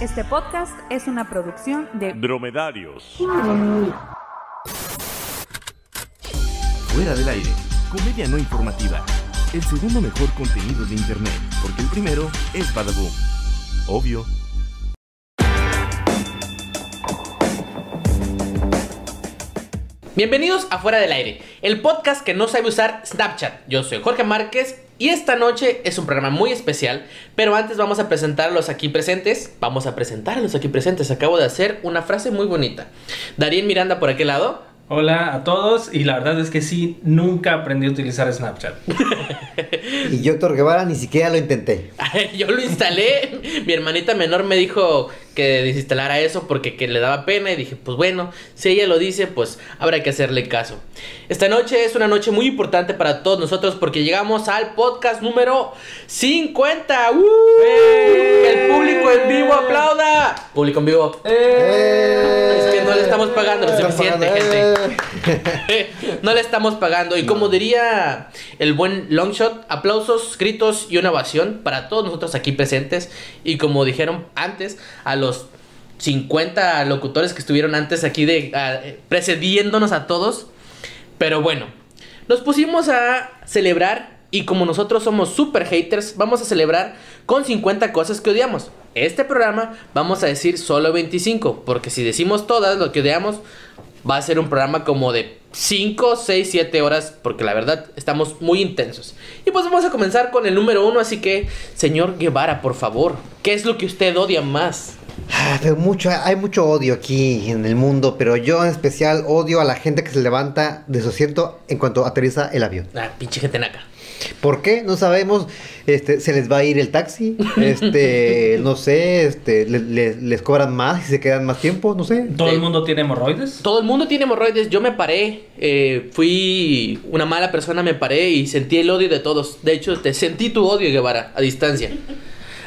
Este podcast es una producción de Dromedarios. Fuera del aire. Comedia no informativa. El segundo mejor contenido de internet, porque el primero es Badaboom. Obvio. Bienvenidos a Fuera del Aire, el podcast que no sabe usar Snapchat. Yo soy Jorge Márquez y esta noche es un programa muy especial, pero antes vamos a presentar a los aquí presentes. Vamos a presentar a los aquí presentes. Acabo de hacer una frase muy bonita. Darín Miranda por aquel lado. Hola a todos y la verdad es que sí, nunca aprendí a utilizar Snapchat. Y yo, Héctor Guevara, ni siquiera lo intenté. Yo lo instalé. Mi hermanita menor me dijo que desinstalara eso porque que le daba pena y dije, pues bueno, si ella lo dice, pues habrá que hacerle caso. Esta noche es una noche muy importante para todos nosotros porque llegamos al podcast número 50. ¡Uh! El público en vivo aplauda. ¡Eh! Público en vivo. Es que no le estamos pagando lo Eh. Estamos suficiente, pagando, gente. eh. no le estamos pagando. Y como diría el buen Longshot, aplausos, gritos y una ovación para todos nosotros aquí presentes. Y como dijeron antes, a los 50 locutores que estuvieron antes aquí de, a- eh, precediéndonos a todos. Pero bueno, nos pusimos a celebrar. Y como nosotros somos super haters, vamos a celebrar con 50 cosas que odiamos. Este programa vamos a decir solo 25, porque si decimos todas lo que odiamos, va a ser un programa como de 5, 6, 7 horas, porque la verdad estamos muy intensos. Y pues vamos a comenzar con el número 1, así que, señor Guevara, por favor, ¿qué es lo que usted odia más? Ah, pero mucho, hay mucho odio aquí en el mundo, pero yo en especial odio a la gente que se levanta de su asiento en cuanto aterriza el avión. Ah, pinche gente naca. ¿Por qué? No sabemos. Este, se les va a ir el taxi. Este, no sé. Este, le- le- les cobran más y se quedan más tiempo. No sé. ¿Todo Sí. el mundo tiene hemorroides? Todo el mundo tiene hemorroides, yo me paré, eh, fui una mala persona, me paré y sentí el odio de todos. De hecho, te sentí tu odio, Guevara, a distancia.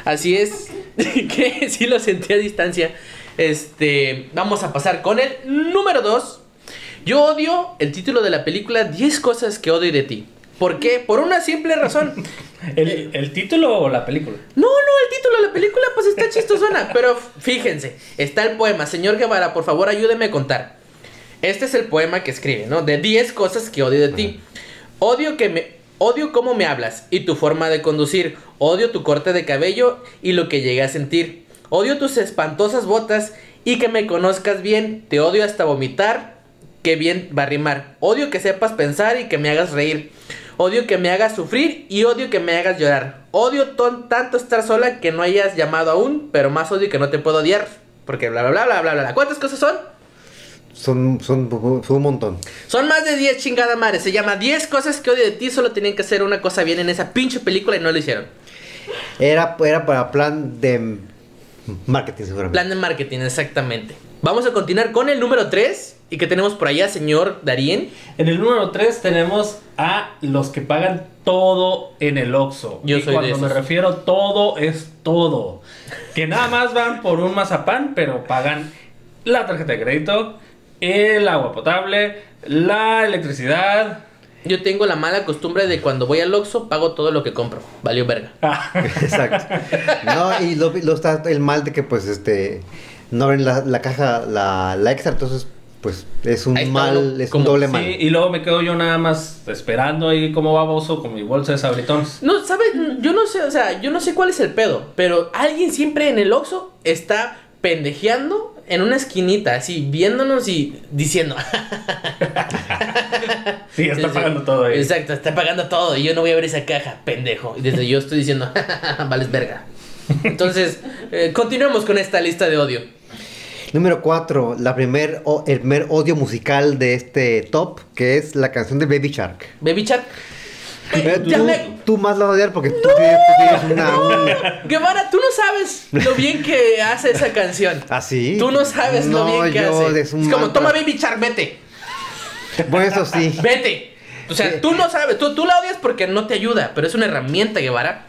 Así es, que sí lo sentí a distancia. Este, vamos a pasar con el número 2. Yo odio el título de la película 10 cosas que odio de ti. ¿Por qué? Por una simple razón. ¿El, el título o la película? No, no, el título de la película pues está chistosona. Pero fíjense, está el poema. Señor Guevara, por favor ayúdeme a contar. Este es el poema que escribe, ¿no? De 10 cosas que odio de ti. Odio que me... Odio cómo me hablas y tu forma de conducir. Odio tu corte de cabello y lo que llegué a sentir. Odio tus espantosas botas y que me conozcas bien. Te odio hasta vomitar. Que bien va a rimar. Odio que sepas pensar y que me hagas reír. Odio que me hagas sufrir y odio que me hagas llorar. Odio ton- tanto estar sola que no hayas llamado aún, pero más odio que no te puedo odiar. Porque bla, bla, bla, bla, bla, bla. ¿Cuántas cosas son? Son, son, son un montón. Son más de 10 chingada madre. Se llama 10 cosas que odio de ti. Solo tenían que hacer una cosa bien en esa pinche película y no lo hicieron. Era, era para plan de marketing, seguramente. Plan de marketing, exactamente. Vamos a continuar con el número 3. ¿Y que tenemos por allá, señor Darien? En el número 3 tenemos a los que pagan todo en el Oxxo. Yo y soy de cuando me esos. refiero todo es todo. Que nada más van por un mazapán, pero pagan la tarjeta de crédito, el agua potable, la electricidad. Yo tengo la mala costumbre de cuando voy al Oxxo pago todo lo que compro. Valió verga. Exacto. No, y lo, lo está el mal de que pues este no abren la, la caja, la, la extra, entonces pues es un Ahí está mal, uno es como- un doble Sí, mal. y luego me quedo yo nada más esperando ahí como baboso con mi bolsa de sabritones. No, ¿sabes? Yo no sé, o sea, yo no sé cuál es el pedo, pero alguien siempre en el Oxxo está pendejeando en una esquinita, así, viéndonos y diciendo. Sí, está pagando todo ahí. Exacto, está pagando todo y yo no voy a abrir esa caja, pendejo. Y desde yo estoy diciendo, vales verga. Entonces, eh, continuemos con esta lista de odio. Número 4, la primer, o- el primer odio musical de este top, que es la canción de Baby Shark. Baby Shark. Pero ya me- tú, tú más la vas a odiar porque tú tienes, tú tienes una... un- Guevara, tú no sabes lo bien que hace esa canción. ¿Ah, sí? Tú no sabes lo No, bien que yo hace. Es es un como, mantra. toma Baby Shark, vete. Bueno, eso sí. Vete. O sea, tú no sabes, tú, tú la odias porque no te ayuda, pero es una herramienta, Guevara.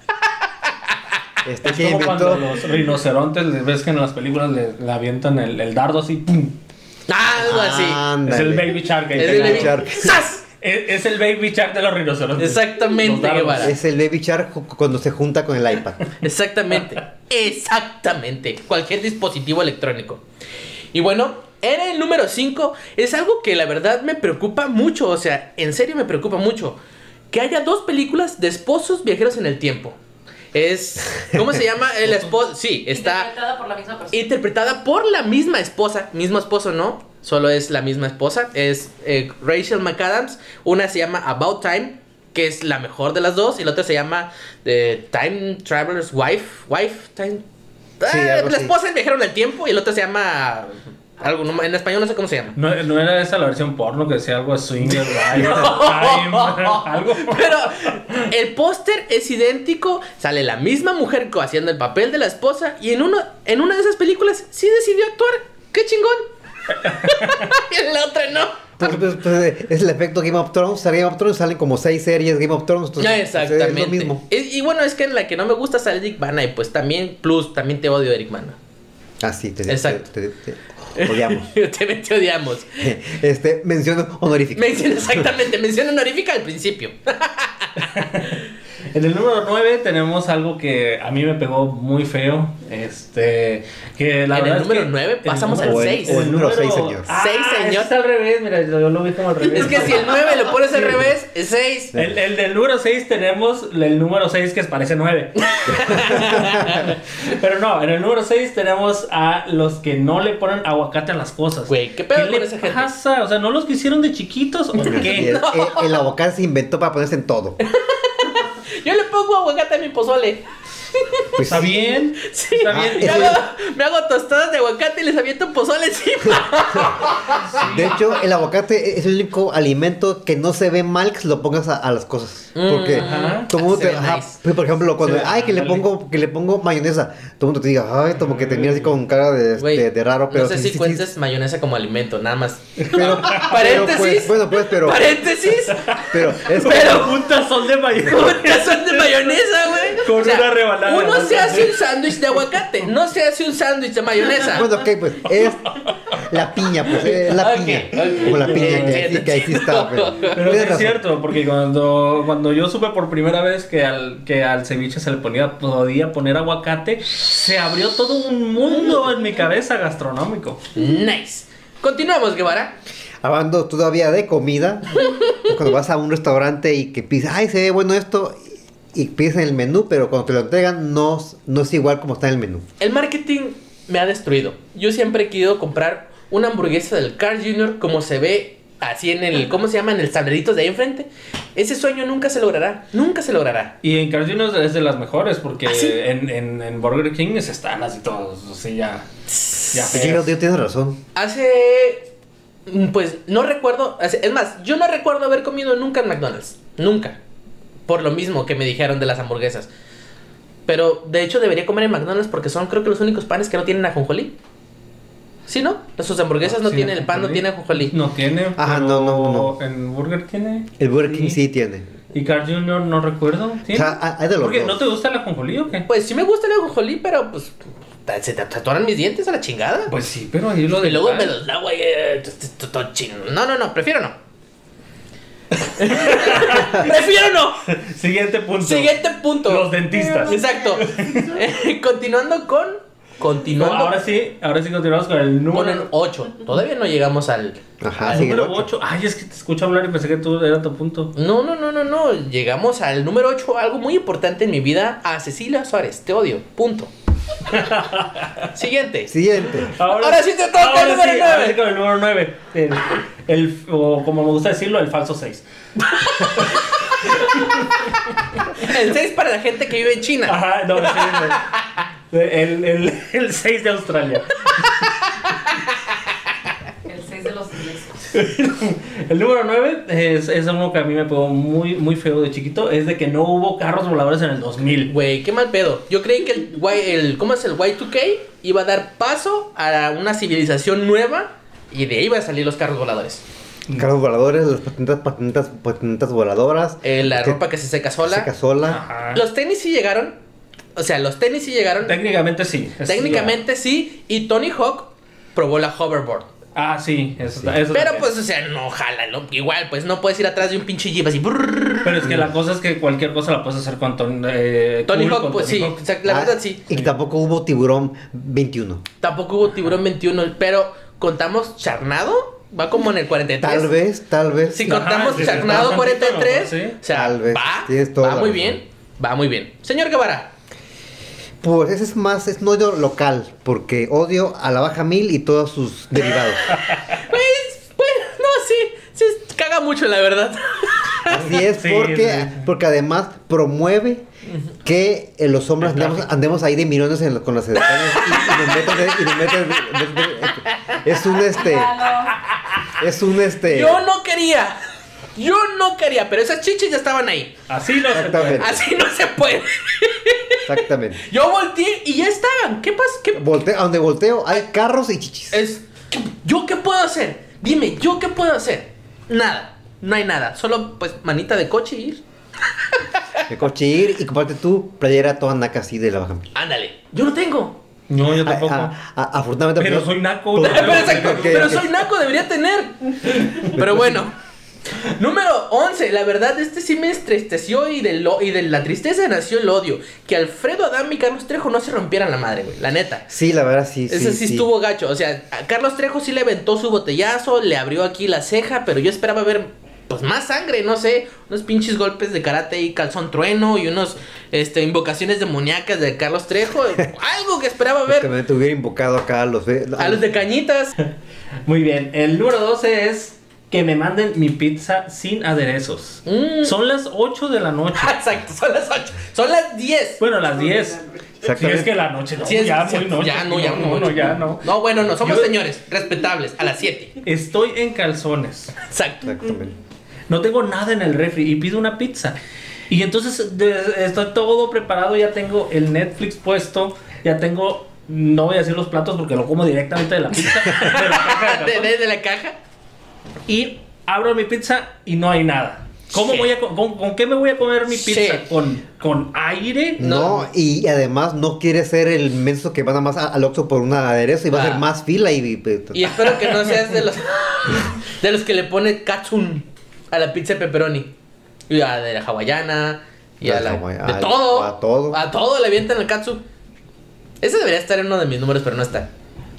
Este Es que como inventó... cuando los rinocerontes les ves que en las películas le, le avientan el, el dardo así, ¡pum! Algo así. Es el Ándale. baby shark. ahí Es el pegado. Baby Ah, Baby Shark. ¡Sas! Es- es el baby shark de los rinocerontes. Exactamente, Los dardos. Guevara. Es el Baby Shark cu- cuando se junta con el iPad. Exactamente. Exactamente, cualquier dispositivo electrónico. Y bueno, en el número 5 es algo que la verdad me preocupa mucho, o sea, en serio me preocupa mucho. Que haya dos películas de esposos viajeros en el tiempo. Es, ¿cómo se llama? El esposo, sí, está Interpretada por la misma persona. interpretada por la misma esposa, mismo esposo no, solo es la misma esposa, es eh, Rachel McAdams, una se llama About Time, que es la mejor de las dos, y la otra se llama eh, Time Traveler's Wife, Wife, Time... Sí, Ah, algo la así. esposa es viajero en el tiempo y la otra se llama... Algo, no- en español no sé cómo se llama. No, no era esa la versión porno que decía algo de swinger, algo de time, algo. Pero el póster es idéntico, sale la misma mujer co- haciendo el papel de la esposa y en, uno, en una de esas películas sí decidió actuar. ¡Qué chingón! y en la otra no. Pues, pues, pues, es el efecto Game of Thrones. A Game of Thrones salen como seis series Game of Thrones. entonces, Ya, pues, exactamente. Es lo mismo. Es- y bueno, es que en la que no me gusta sale Eric Bana y pues también, plus, también te odio Eric Bana. Así, Ah, te, te- Exacto. te- te- odiamos. Te, te odiamos. Este, mención honorífica. Menciona exactamente, menciona honorífica al principio. En el número 9 tenemos algo que a mí me pegó muy feo. Este. Que la En el verdad es número que- nueve el pasamos al número- seis. O el número seis, señor. Seis, señor. Es al revés, mira, yo lo vi como al revés. es que si el 9 lo pones al revés, es 6. El, el del número 6 tenemos el número 6 que parece 9. Pero no, en el número 6 tenemos a los que no le ponen aguacate a las cosas. Güey, ¿qué pedo con le esa gente? pasa? O sea, ¿no los quisieron de chiquitos o Y el, qué? el- el aguacate se inventó para ponerse en todo. Yo le pongo aguacate a mi pozole. Pues, ¿Está bien? Sí, Está me, bien. hago, me hago tostadas de aguacate y les aviento pozole encima. De hecho, el aguacate es el único alimento que no se ve mal que se lo pongas a, a las cosas. Mm, Porque ajá. todo el mundo Se te. ve ajá, nice. pues, por ejemplo, cuando. Se ve- ay, que le, ándale. pongo, que le pongo mayonesa. Todo el mundo te diga, ay, como que te mira así con cara de, este, Güey, Pues, de- de raro. Pero no sé sí, si sí, sí, cuentes mayonesa como alimento, nada más. Pero, pero Paréntesis. pues, bueno, pues, pero. Paréntesis. Pero es que- Pero- juntas son de mayor. Una son de mayonesa, güey. Con una rebanada de Uno se aguacate. hace un sándwich de aguacate, no se hace un sándwich de mayonesa. Bueno, ok, pues es la piña, pues es la Ok, piña. ok. Como la piña que, Entiendo. ahí- que ahí sí está, pero. Pero sí tienes es razón. cierto, porque cuando, cuando yo supe por primera vez que al, que al ceviche se le ponía, podía poner aguacate, se abrió todo un mundo en mi cabeza gastronómico. Nice. Continuamos, Guevara. Hablando todavía de comida, es cuando vas a un restaurante y que pides, ay, se ve bueno esto, y pides en el menú, pero cuando te lo entregan no, no es igual como está en el menú. El marketing me ha destruido. Yo siempre he querido comprar una hamburguesa del Carl Jr. como se ve así en el, ¿cómo se llama? En el sangreritos de ahí enfrente. Ese sueño nunca se logrará. Nunca se logrará. Y en Carl Jr. es de las mejores, porque ¿Ah, sí? en, en, en Burger King se están así todos, así ya. Ya Yo creo feos. que tienes razón. Hace... mm, Pues no recuerdo... hace- Es más, yo no recuerdo haber comido nunca en McDonald's. Nunca. Por lo mismo que me dijeron de las hamburguesas. Pero de hecho debería comer en McDonald's porque son creo que los únicos panes que no tienen ajonjolí. ¿Sí, no? Sus hamburguesas no Sí, tienen el pan, no ajonjolí. tienen ajonjolí. No tiene. Ajá, pero no, no, no. En Burger tiene. El Burger King sí tiene. Y Carl Jr. no recuerdo. ¿Tiene? O sea, hay- hay de los ¿Por qué? dos. ¿No te gusta la conjolí o qué? Pues sí me gusta el ajonjolí, pero pues ta- se te atoran mis dientes a la chingada. Pues sí, pero ahí lo de. y luego me los lavo y eh, t- t- t- todo chino. No, no, no, prefiero no. prefiero no. Siguiente punto. Siguiente punto. Los dentistas. Exacto. Eh, continuando con No, continuando ahora sí, ahora sí continuamos con el con el número. 8. Todavía no llegamos al Ajá, al sigue el número otro. 8. Ay, es que te escucho hablar y pensé que tú era tu punto. No, no, no, no, no. Llegamos al número 8, algo muy importante en mi vida, a Cecilia Suárez. Te odio. Punto. Siguiente. Siguiente. Ahora sí te toca el ahora número sí, nueve. ahora sí con el número 9. El, el- o como me gusta decirlo, el falso 6. El 6 para la gente que vive en China. Ajá, no, sí, no. El, el, el 6 de Australia. El 6 de los 10. El número 9 es, es uno que a mí me pegó muy, muy feo de chiquito. Es de que no hubo carros voladores en el 2000. Güey, qué mal pedo. Yo creí que el, Y- el ¿cómo es el Y2K? Iba a dar paso a una civilización nueva y de ahí iban a salir los carros voladores. Carros voladores, las patentas, patentas, patentas voladoras. Eh, la que ropa que se seca se sola. seca sola. Ajá. Los tenis sí llegaron. O sea, los tenis sí llegaron. Técnicamente sí. Es- Técnicamente sí. Y Tony Hawk probó la hoverboard. Ah, sí, eso, ta- eso Pero también. pues, o sea, no jala, ¿no? igual, pues no puedes ir atrás de un pinche jeep así. brrr. Pero es que la cosa es que cualquier cosa la puedes hacer con Tony eh, Tony cool, Hawk, con pues Tony sí, Hawk. o sea, la Ah, verdad sí. Y tampoco hubo Tiburón 21. Tampoco hubo Tiburón 21, pero contamos Charnado, va como en el 43. Tal vez, tal vez. Si Ajá, contamos sí, Charnado está 43, bastante, ¿no? o sea, Tal vez, va, tienes toda va la muy razón. bien, va muy bien. Señor Guevara, Pues ese es más, es un odio local, porque odio a la baja mil y todos sus derivados. pues, bueno, no, sí, sí, caga mucho, la verdad. Así es, Sí, porque, sí, sí. porque además promueve que eh, los hombres El andemos, tráfico. andemos ahí de mirones en la- con las cercanas y, y nos metan de- y nos metan de- de- de- es un este, Claro. es un este. Yo no quería, yo no quería, pero esas chichis ya estaban ahí. Así lo pues. se puede. Exactamente. Así no se puede. Exactamente. Yo volteé y ya estaban. ¿Qué pasa? ¿Qué, Volte- a donde volteo hay carros y chichis. Es, ¿Yo qué puedo hacer? Dime, ¿yo qué puedo hacer? Nada, no hay nada. Solo, pues, manita de coche y ir. De coche ir y comparte tu playera toda naca así de la baja mil. Ándale, yo no tengo. No, yo Ah, tampoco. ah, ah, afortunadamente. pues, Pero primero- soy naco. Por- pero exacto, Ok, pero ok. soy naco, debería tener. Pero bueno. Número 11. La verdad, este sí me entristeció y de, lo, y de la tristeza nació el odio. Que Alfredo Adán y Carlos Trejo no se rompieran la madre, güey. La neta. Sí, la verdad sí. Ese sí, sí. estuvo gacho. O sea, a Carlos Trejo sí le aventó su botellazo, le abrió aquí la ceja, pero yo esperaba ver pues más sangre, no sé, unos pinches golpes de karate y calzón trueno y unos este invocaciones demoníacas de Carlos Trejo, algo que esperaba Es Pues, que ver me tuviera invocado acá a los de. a los de cañitas. Muy bien, el número 12 es que me manden mi pizza sin aderezos. Mm. Son las 8 de la noche. Exacto, son las 8, son las 10. Bueno, las 10. Si Exactamente. es que la noche, no, Sí, es- ya, sí, muy noche. ya no, ya no, no, no, ya no. No, bueno, no, somos Yo- señores respetables a las 7. Estoy en calzones. Exacto. Exactamente. Mm, No tengo nada en el refri y pido una pizza. Y entonces de- estoy todo preparado, ya tengo el Netflix puesto, ya tengo, no voy a decir los platos porque lo como directamente de la pizza. de la caja de De, cartón. de- de la caja. y abro mi pizza y no hay nada. ¿Cómo Sí. voy a, co- con, con qué me voy a comer mi Sí. pizza? ¿Con, ¿Con aire? mm, No, y además no quiere ser el menso que va nada más a- al Oxxo por un aderezo y va a Ah. hacer más fila y... pues, Y espero que no seas de los de los que le pone katsun a la pizza de pepperoni. Y a de la hawaiana y La a la hawai- de al- todo. a todo. A todo le avientan el katsu. Ese debería estar en uno de mis números, pero no está.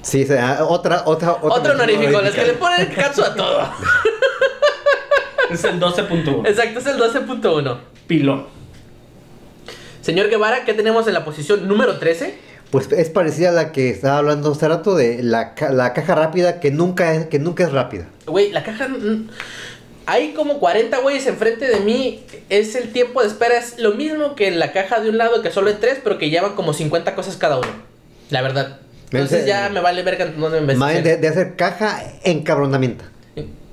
Sí, o sea, otra, otra, otra... Otro honorífico, los honorífica. que le ponen el katsu a todo. Es el 12.1. Exacto, es el 12.1. Pilón. Señor Guevara, ¿qué tenemos en la posición número 13? Pues es parecida a la que estaba hablando hace rato de la, ca- la caja rápida que nunca es, que nunca es rápida. Güey, la caja. mm, Hay como 40 güeyes enfrente de mí. Es el tiempo de espera. Es lo mismo que en la caja de un lado, que solo hay tres, pero que llevan como 50 cosas cada uno. La verdad. Entonces Ese- ya me vale verga dónde me Más de, ves. de hacer caja encabronamiento.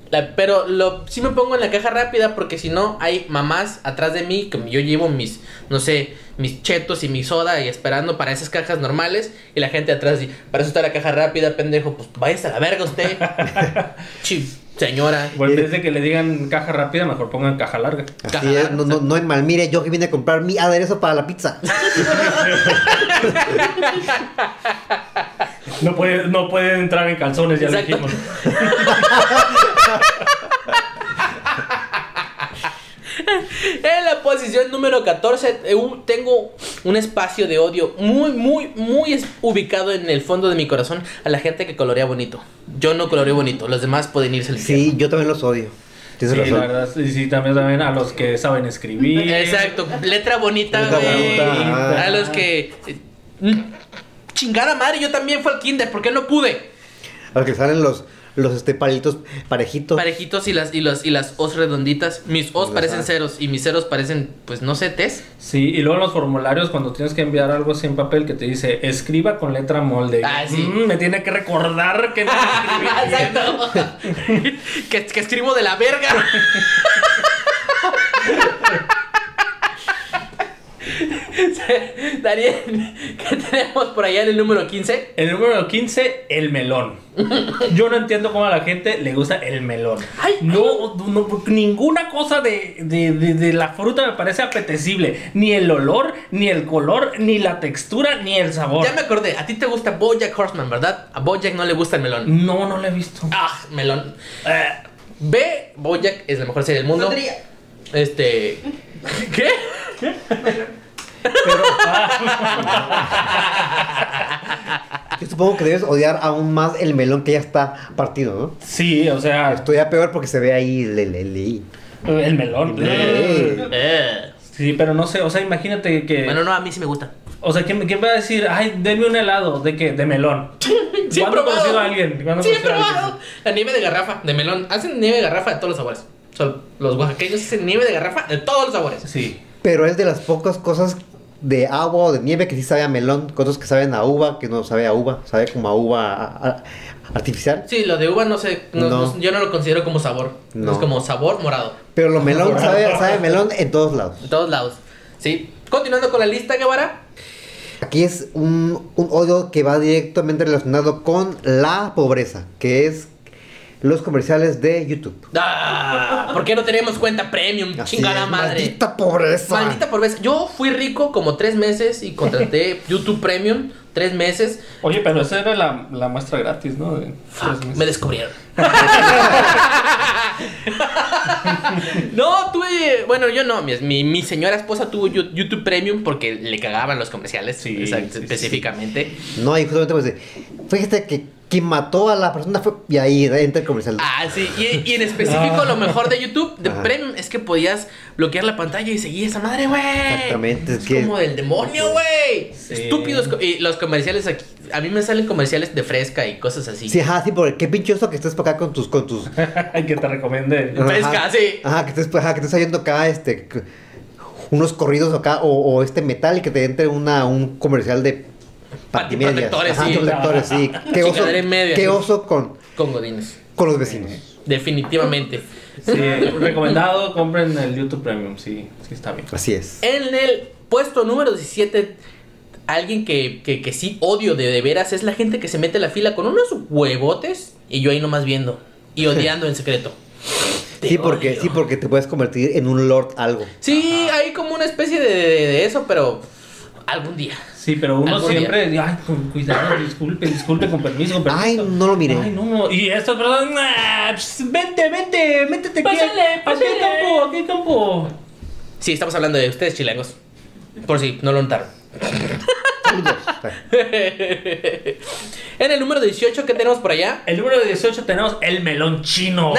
La- pero lo, sí me pongo en la caja rápida porque si no hay mamás atrás de mí que yo llevo mis, no sé, mis chetos y mi soda y esperando para esas cajas normales y la gente atrás y para eso está la caja rápida, pendejo, pues váyase a la verga usted. Chi, señora. Bueno, Pues desde que le digan caja rápida, mejor pongan caja larga. Así Caja, es, no, no, no hay mal. Mire, yo que vine a comprar mi aderezo para la pizza. No puede, no pueden entrar en calzones, ya lo Exacto. dijimos. En la posición número 14 eh, un- tengo un espacio de odio muy, muy, muy es- ubicado en el fondo de mi corazón a la gente que colorea bonito. Yo no coloreo bonito, los demás pueden irse al infierno. Sí, yo también los odio. Sí, Tienes la razón. verdad, sí, sí, también saben a los que saben escribir. Exacto, letra bonita, Letra güey. bonita, ajá. A los que... eh, mm, Chingada madre, yo también fui al kinder, ¿por qué no pude? A los que salen los, los este, palitos parejitos. Parejitos y las, y las, y las os redonditas. Mis os Ajá. parecen ceros y mis ceros parecen, pues no sé, tes. Sí, y luego los formularios cuando tienes que enviar algo así en papel que te dice escriba con letra molde. Ah, sí. Mm, me tiene que recordar que no escribí bien. Exacto. que, que escribo de la verga. Daniel, ¿qué tenemos por allá en el número 15? El número 15, el melón. Yo no entiendo cómo a la gente le gusta el melón. Ay. no, no, ninguna cosa de, de- de- de la fruta me parece apetecible. Ni el olor, ni el color, ni la textura, ni el sabor. Ya me acordé, a ti te gusta Bojack Horseman, ¿verdad? A Bojack no le gusta el melón. No, no lo he visto. Ah, melón. Eh, Ve, Bojack es la mejor serie del mundo. Sandría. Este. ¿Qué? Yo supongo que debes odiar aún más el melón que ya está partido, ¿no? sí, o sea, Esto ya peor porque se ve ahí le, le, le. el melón. Eh. Eh. Sí, pero no sé, o sea, imagínate que... Bueno, no, a mí sí me gusta. O sea, ¿quién, quién va a decir, ay, denme un helado? ¿De qué? De melón. Sí, he ¿Cuándo he probado. conocido a alguien? ¿Cuándo he Sí, he conocido a alguien? probado. La nieve de garrafa, de melón. Hacen nieve de garrafa de todos los sabores. Son los oaxaqueños hacen nieve de garrafa de todos los sabores. Sí. Pero es de las pocas cosas de agua o de nieve que sí sabe a melón, cosas que saben a uva, que no sabe a uva, sabe como a uva a- a- artificial. Sí, lo de uva no sé. no- No. no- yo no lo considero como sabor. No. Es como sabor morado. Pero lo melón sabe, sabe a melón en todos lados. De todos lados. Sí. Continuando con la lista, Guevara. Aquí es un, un odio que va directamente relacionado con la pobreza, que es los comerciales de YouTube. Ah, ¿Por qué no tenemos cuenta premium? Así Chingada es, madre. Maldita pobreza. Maldita por vez. Yo fui rico como tres meses y contraté YouTube Premium tres meses. Oye, pero esa era la, la muestra gratis, ¿no? De tres Fuck, meses. me descubrieron. no, tuve. Bueno, yo no. Mi, mi, mi señora esposa tuvo Yu- YouTube Premium porque le cagaban los comerciales. Sí, o sea, sí, sí. específicamente. No, y justamente pues, fíjate que quien mató a la persona fue... Y ahí entra el comercial. Ah, sí. Y, y en específico, lo mejor de YouTube, de Ajá. Premium, es que podías bloquear la pantalla y seguir esa madre, güey. Exactamente, Es, es que- como del demonio, güey. Sí. Estúpidos. co- Y los comerciales aquí. A mí me salen comerciales de fresca y cosas así. Sí, ajá, sí, porque qué pinchoso que estés por acá con tus... Con tus Ay, que te recomiende. ajá, Pesca, sí. Ajá, que estés, ajá, que estés oyendo acá este... c- Unos corridos acá o, o este metal y que te entre una, un comercial de... patimedias. Patiprotectores, Ajá, sí. protectores, sí. Qué oso, Chingadera y media. qué oso con, Con Godines. con los vecinos. Definitivamente. Sí, recomendado, compren el YouTube Premium, sí, sí está bien. Así es. En el puesto número 17, alguien que, que, que sí odio de, de veras es la gente que se mete a la fila con unos huevotes y yo ahí nomás viendo y odiando en secreto. Te Sí porque, odio. sí, porque te puedes convertir en un lord algo. Sí, hay como una especie de, de- de eso, pero algún día. Sí, pero uno Algún siempre, ay, con cuidado, disculpe, disculpe, con permiso, con permiso. Ay, no lo miré. Ay, no, y estas personas, nah, pss, vente, vente, métete aquí. Pásale, ¿A qué pásale. campo? ¿A qué campo? Sí, estamos hablando de ustedes, chilangos. Por si no lo notaron. Saludos. en el número 18, ¿qué tenemos por allá? El número 18 tenemos el melón chino.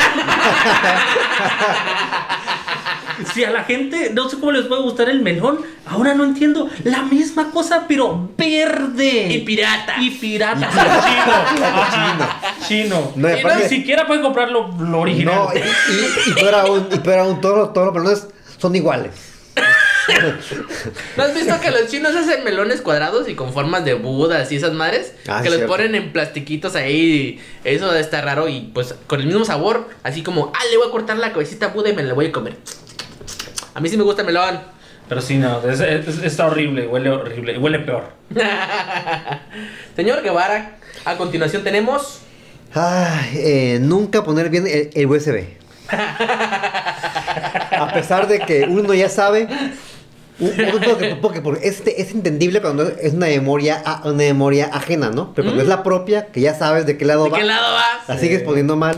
Si a la gente, no sé cómo les puede gustar el melón, ahora no entiendo. La misma cosa, pero verde. Y pirata. Y pirata. Chino. Chino. No, y Y aparte- ni siquiera pueden comprar lo, lo original. No, y, y, y peor aún, y peor aún, todos, los- todos los pelones son iguales. ¿No has visto que los chinos hacen melones cuadrados y con formas de budas y esas madres? Ah, que es los cierto. ponen en plastiquitos ahí. Eso está raro y pues con el mismo sabor. Así como, ah, le voy a cortar la cabecita a Buda y me la voy a comer. A mí sí me gusta el melón. Pero sí, no. es- es- está horrible. Huele horrible. y Huele peor. Señor Guevara, a continuación tenemos... Ay, eh, nunca poner bien el, el USB. A pesar de que uno ya sabe. un- uno porque, porque- porque es, es entendible cuando es una memoria, a- una memoria ajena, ¿no? Pero cuando es la propia, que ya sabes de qué lado ¿De va. qué lado vas? La sigues poniendo mal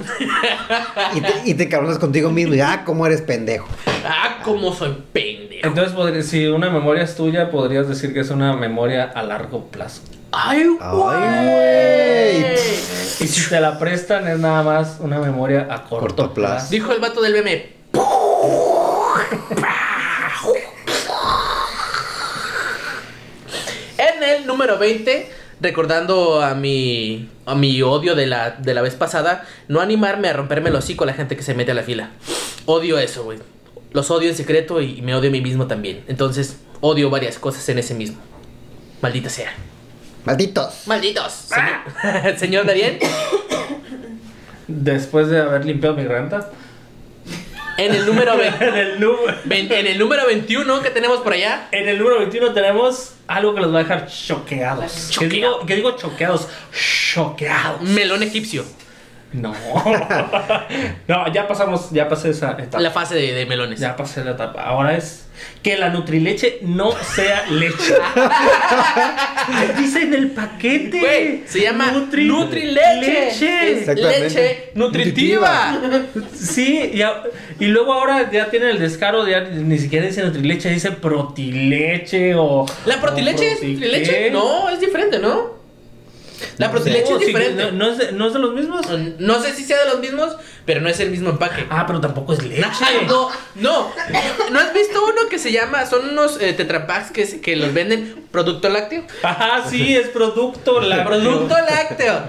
y te, y te cabronas contigo mismo. Y ah, cómo eres pendejo. Ah, cómo soy pendejo. Entonces, podría- si una memoria es tuya, podrías decir que es una memoria a largo plazo. Ay, Ay, güey. güey. Y si te la prestan, es nada más una memoria a corto, Corto plazo. plazo. Dijo el vato del meme. En el número 20, recordando a mi, a mi odio de la, de la vez pasada, no animarme a romperme el hocico a la gente que se mete a la fila. Odio eso, güey. Los odio en secreto y me odio a mí mismo también. Entonces, odio varias cosas en ese mismo. Maldita sea. Malditos. Malditos. Señor, Señor Dariel. Después de haber limpiado mi renta. En el número ve- en, el nu- ve- en el número 21 que tenemos por allá. en el número 21 tenemos algo que los va a dejar choqueados. ¿Qué Choqueado. digo, que digo choqueados? Choqueados. Melón egipcio. No. no, ya pasamos, ya pasé esa etapa. La fase de, de melones. Ya pasé la etapa. Ahora es que la Nutrileche no sea leche. Dice en el paquete. Güey, se llama Nutri- Nutrileche. Leche. Es Exactamente. Leche nutritiva. Sí, y, a- y luego ahora ya tienen el descaro, de ya ni ni siquiera dice Nutrileche, dice Protileche o... ¿La protileche o es proti- leche? ¿qué? No, es diferente, ¿no? La No protileche sé. es Sí, diferente. no, no es de, ¿No es de los mismos? No sé si sea de los mismos, pero no es el mismo empaque. Ah, pero tampoco es leche. Ah, No, no, no has visto uno que se llama, son unos eh, tetrapacks que, se- que los venden producto lácteo. Ajá, sí, es producto lácteo. Producto lácteo.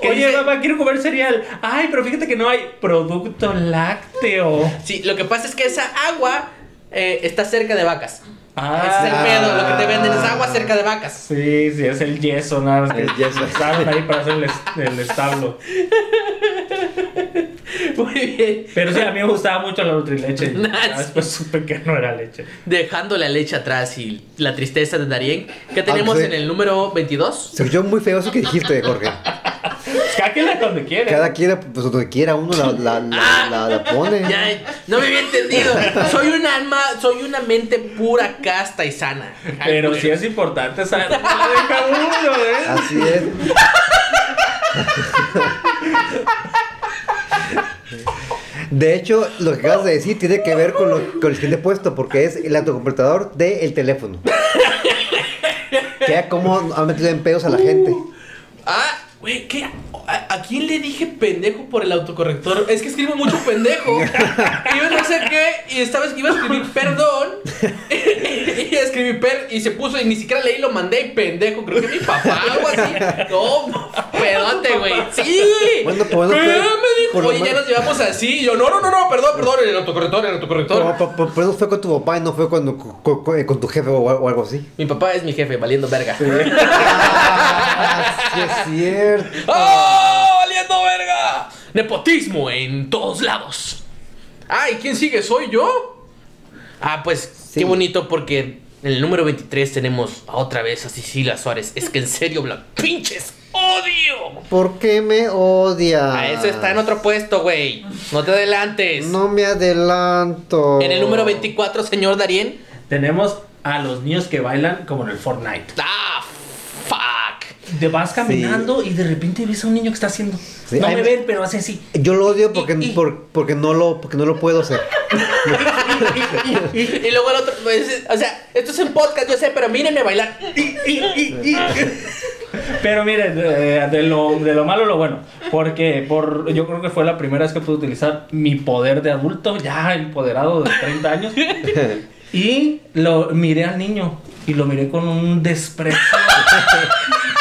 Que Oye, dice- mamá, quiero comer cereal. Ay, pero fíjate que no hay producto lácteo. sí, lo que pasa es que esa agua eh, está cerca de vacas. Ese es el Ah, pedo, lo que te venden es agua cerca de vacas. sí, sí, es el yeso, nada más. que El yeso. usaron ahí para hacer el, es- el establo. Muy bien. Pero sí, a mí me gustaba mucho la Nutrileche. Nah, Ya Después supe que no era leche. Dejando la leche atrás y la tristeza de Darien, que tenemos sí. en el número 22. Se escuchó muy feo eso que dijiste, Jorge. Pues, Cáquenla cuando quieras. Cada quiera, pues donde quiera uno la, la, la, la- la pone. Ya, no me había entendido. Soy un alma, soy una mente pura, casta y sana. Ay, Pero güey. sí es importante saber. dónde la deja uno, ¿eh? Así es. De hecho, lo que acabas de decir tiene que ver con, lo, con el siguiente puesto, porque es el autocompletador del teléfono. Queda como han metido en pedos a la gente. Ah, güey, ¿qué? ¿A, a quién le dije pendejo por el autocorrector? Es que escribo mucho pendejo. Iba no sé qué, y esta vez iba a escribir perdón. y escribí per, y se puso, y ni siquiera leí, lo mandé y pendejo. Creo que mi papá, algo así. No, pedote, güey. Sí. Bueno, pues, no Pero sé, me dijo, por lo oye, ya menos- nos llevamos así. Y yo, no, no, no, no, perdón, perdón, el autocorrector, el autocorrector. Pero, pero- pero- pero eso fue con tu papá y no fue con, con- con- con tu jefe o, o algo así. Mi papá es mi jefe, valiendo verga. Ah, sí es cierto. ¡Ah! ¡Valiendo verga! Nepotismo en todos lados. Ay, ¿quién sigue? ¿Soy yo? Ah, pues Sí. qué bonito porque en el número 23 tenemos a otra vez a Cecilia Suárez. Es que en serio, Blan, pinches odio. ¿Por qué me odias? A Ah, eso está en otro puesto, güey. No te adelantes. No me adelanto. En el número 24, señor Darien. Tenemos a los niños que bailan como en el Fortnite. Ah, fuck. Te vas caminando y de repente ves a un niño que está haciendo. Sí, no hay- me ven, pero hace así. Yo lo odio porque, Y- y- por- porque, no, lo, porque no lo puedo hacer. Y luego el otro, pues, o sea, esto es un podcast, yo sé, pero mírenme bailar. Pero miren, eh, de, lo, de lo malo lo bueno. Porque por, yo creo que fue la primera vez que pude utilizar mi poder de adulto, ya empoderado de 30 años. Y lo miré al niño y lo miré con un desprecio.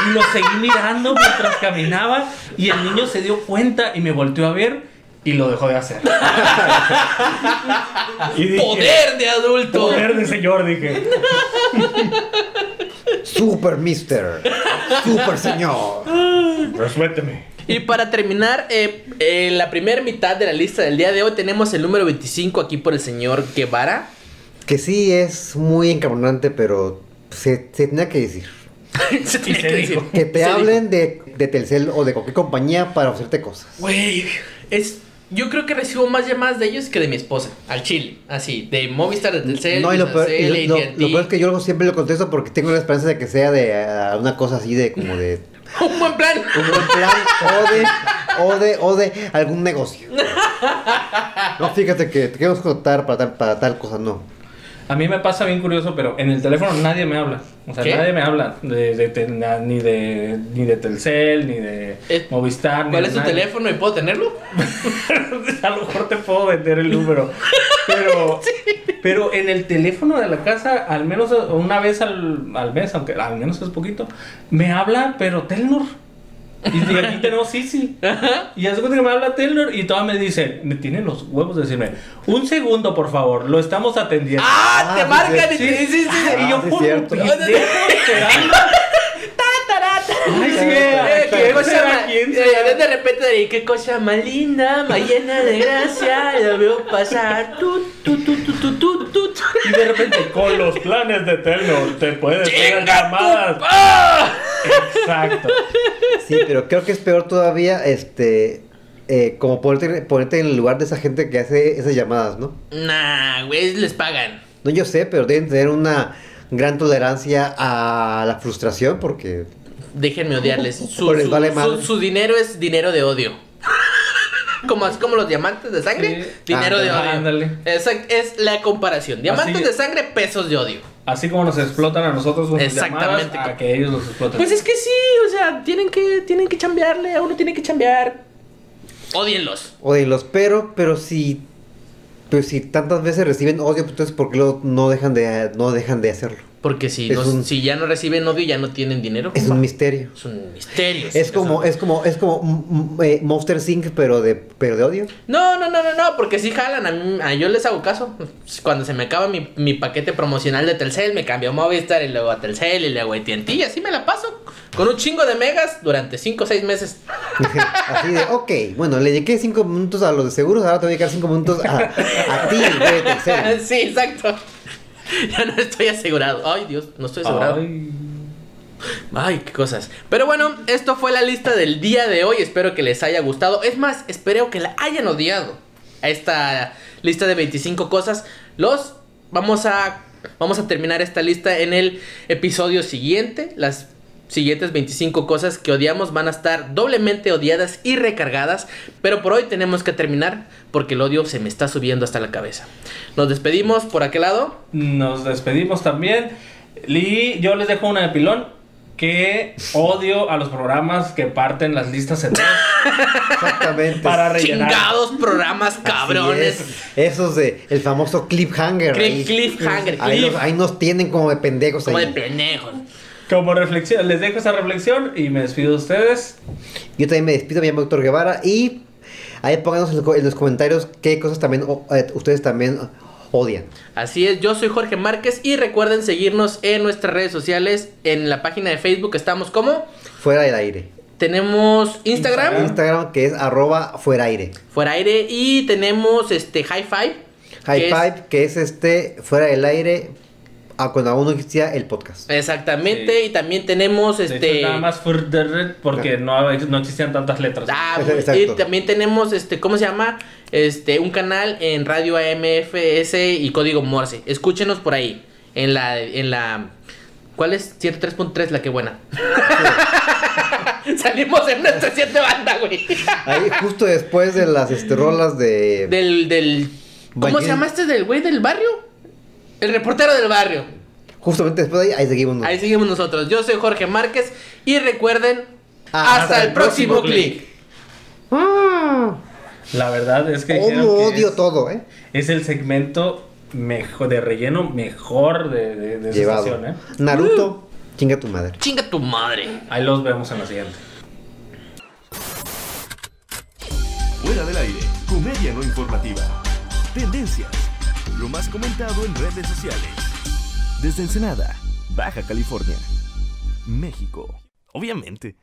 y lo seguí mirando mientras caminaba y el niño se dio cuenta y me volteó a ver y lo dejó de hacer. Y dije, Poder de adulto. Poder de señor, dije. Super Mister. Super Señor. Respéteme. Y para terminar, eh, eh, la primera mitad de la lista del día de hoy tenemos el número 25 aquí por el señor Guevara. Que sí es muy encabronante, pero se, se tenía que decir. se tenía Y se que dijo. decir. Que te Se dijo. hablen de, de Telcel o de cualquier compañía para ofrecerte cosas. Güey, es... Yo creo que recibo más llamadas de ellos que de mi esposa, al chile, así, de Movistar, de Telcel, No, y lo peor, y lo- lo- AT&T. lo peor es que yo siempre lo contesto porque tengo la esperanza de que sea de ah, una cosa así de como de Un buen plan. un buen plan o de, o de, o de algún negocio. No, fíjate que te queremos contar para tal, para tal cosa, no. A mí me pasa bien curioso, pero en el teléfono nadie me habla. O sea, ¿Qué? nadie me habla de, de te- na- ni de ni de Telcel, ni de Eh, Movistar. ni ¿Cuál de es tu nadie. teléfono y puedo tenerlo? A lo mejor te puedo vender el número. Pero, pero en el teléfono de la casa, al menos una vez al, al mes, aunque al menos es poquito, me habla, pero Telnor. Y de aquí tenemos Sisi. Y hace cuenta que me habla Telnor y todas me dicen, me tienen los huevos de decirme, un segundo, por favor, lo estamos atendiendo. ¡Ah! Ah, te sí, marcan y Sí, te sí, sí. Ah, y yo sí, por Eh, cierto. pendejo esperando. ¡Tararata! Ay, sí, Eh, eh, que cosa será? más. ¿Quién será? Eh, De repente, eh, qué cosa más linda, más llena de gracia. La veo pasar. Tu, tu, tu, tu, tu, tu, tu, tu. Y de repente, con los planes de Telmex te puedes hacer ¡Chinga tu llamadas. pa! Exacto. Sí, pero creo que es peor todavía, este, eh, como ponerte, ponerte en el lugar de esa gente que hace esas llamadas, ¿no? Nah, güey, les pagan. No, yo sé, pero deben tener una gran tolerancia a la frustración porque... Déjenme odiarles. Su, O Pues les su- vale su- madre. su dinero es dinero de odio. como, es como los diamantes de sangre, Sí. dinero de Ándale, odio. ándale. Esa es la comparación. Diamantes Así- de sangre, pesos de odio. Así como nos explotan a nosotros con sus Exactamente. llamadas, a que ellos los exploten. Pues es que sí, o sea, tienen que, tienen que chambearle, a uno tiene que chambear. Odienlos. O de los pero, pero si... Pero si tantas veces reciben odio, pues, entonces ¿por qué lo- no, dejan de, no dejan de hacerlo? Porque si, Es no- un- si ya no reciben odio, ya no tienen dinero. Es un misterio. Es un misterio. Es como, es como, es como mm, mm, eh, Monster Inc, pero de, pero de odio. No, no, no, no, no, porque si jalan, a mí- a yo les hago caso. Cuando se me acaba mi, mi paquete promocional de Telcel, me cambio a Movistar y luego a Telcel y luego a AT&T y así me la paso con un chingo de megas durante 5 o 6 meses. Así de, ok, bueno, le dediqué cinco minutos a los de seguros, ahora te voy a dedicar cinco minutos a, a ti, güey, de Telcel. sí, exacto. Ya no estoy asegurado. Ay, Dios, no estoy asegurado. Ay. Ay, qué cosas. Pero bueno, esto fue la lista del día de hoy. Espero que les haya gustado. Es más, espero que la hayan odiado. A esta lista de 25 cosas. Los vamos a vamos a terminar esta lista en el episodio siguiente. Las siguientes 25 cosas que odiamos van a estar doblemente odiadas y recargadas, pero por hoy tenemos que terminar porque el odio se me está subiendo hasta la cabeza. Nos despedimos por aquel lado. Nos despedimos también. Y yo les dejo una de pilón. Que odio a los programas que parten las listas en dos Exactamente. para rellenar. Chingados programas cabrones. Así es. Esos de el famoso cliffhanger. Cliff- ahí. cliffhanger, Ahí, cliff. los- ahí nos tienen como de pendejos Como de ahí. pendejos. Como reflexión, les dejo esa reflexión y me despido de ustedes. Yo también me despido, me llamo Héctor Guevara y ahí pónganos en, los co- en los comentarios qué cosas también o- eh, ustedes también odian. Así es, yo soy Jorge Márquez y recuerden seguirnos en nuestras redes sociales. En la página de Facebook estamos como. Fuera del aire. Tenemos Instagram, Instagram que es arroba fuera aire. fuera aire, y tenemos este High Five. High que es- Five, que es este fuera del aire a cuando aún no existía el podcast. exactamente, Sí. y también tenemos De este. hecho, nada más for the red porque no, no existían tantas letras. Ah, Exacto. pues, y también tenemos este, ¿cómo se llama? Este, un canal en Radio AMFS y Código Morse. Escúchenos por ahí. En la, en la. ¿Cuál es? 103.3, la que buena. Salimos en nuestra siete banda, güey. Ahí justo después de las este, rolas de... Del, del. ¿Cómo Valle- se llama este del güey del barrio? El reportero del barrio. Justamente después de ahí, ahí seguimos. Ahí seguimos nosotros. Yo soy Jorge Márquez y recuerden. Ah, Hasta, el próximo, clic. La verdad es que dijeron Odio, que odio es, todo, ¿eh? es el segmento mejor, de relleno mejor de, de, de esa Llevado. sección, ¿eh? Naruto, Uh. chinga tu madre. Chinga tu madre. Ahí los vemos en la siguiente. Fuera del aire, comedia no informativa. Tendencias, lo más comentado en redes sociales. Desde Ensenada, Baja California, México, obviamente.